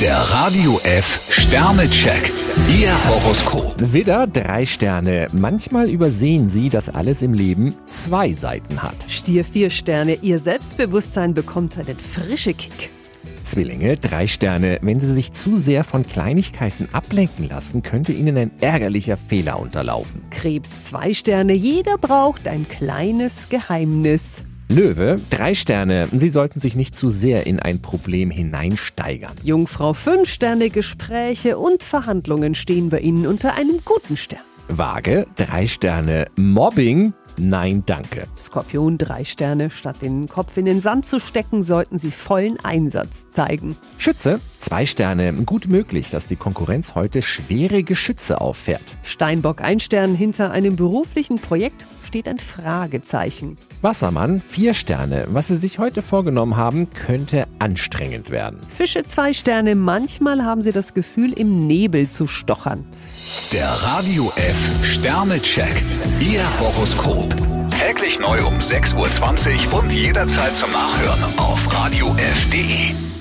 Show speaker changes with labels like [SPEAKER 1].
[SPEAKER 1] Der Radio F Sternecheck. Ihr Horoskop.
[SPEAKER 2] Widder, drei Sterne. Manchmal übersehen Sie, dass alles im Leben zwei Seiten hat.
[SPEAKER 3] Stier vier Sterne, Ihr Selbstbewusstsein bekommt einen frische Kick.
[SPEAKER 2] Zwillinge, drei Sterne. Wenn Sie sich zu sehr von Kleinigkeiten ablenken lassen, könnte Ihnen ein ärgerlicher Fehler unterlaufen.
[SPEAKER 3] Krebs zwei Sterne, jeder braucht ein kleines Geheimnis.
[SPEAKER 2] Löwe, drei Sterne. Sie sollten sich nicht zu sehr in ein Problem hineinsteigern.
[SPEAKER 3] Jungfrau fünf Sterne, Gespräche und Verhandlungen stehen bei Ihnen unter einem guten Stern.
[SPEAKER 2] Waage, drei Sterne. Mobbing, nein danke.
[SPEAKER 3] Skorpion drei Sterne, statt den Kopf in den Sand zu stecken, sollten Sie vollen Einsatz zeigen.
[SPEAKER 2] Schütze, zwei Sterne. Gut möglich, dass die Konkurrenz heute schwere Geschütze auffährt.
[SPEAKER 3] Steinbock ein Stern, hinter einem beruflichen Projekt steht ein Fragezeichen.
[SPEAKER 2] Wassermann, vier Sterne. Was Sie sich heute vorgenommen haben, könnte anstrengend werden.
[SPEAKER 3] Fische zwei Sterne, manchmal haben Sie das Gefühl, im Nebel zu stochern.
[SPEAKER 1] Der Radio F Sternecheck. Ihr Horoskop. Täglich neu um 6.20 Uhr und jederzeit zum Nachhören auf Radio radiof.de.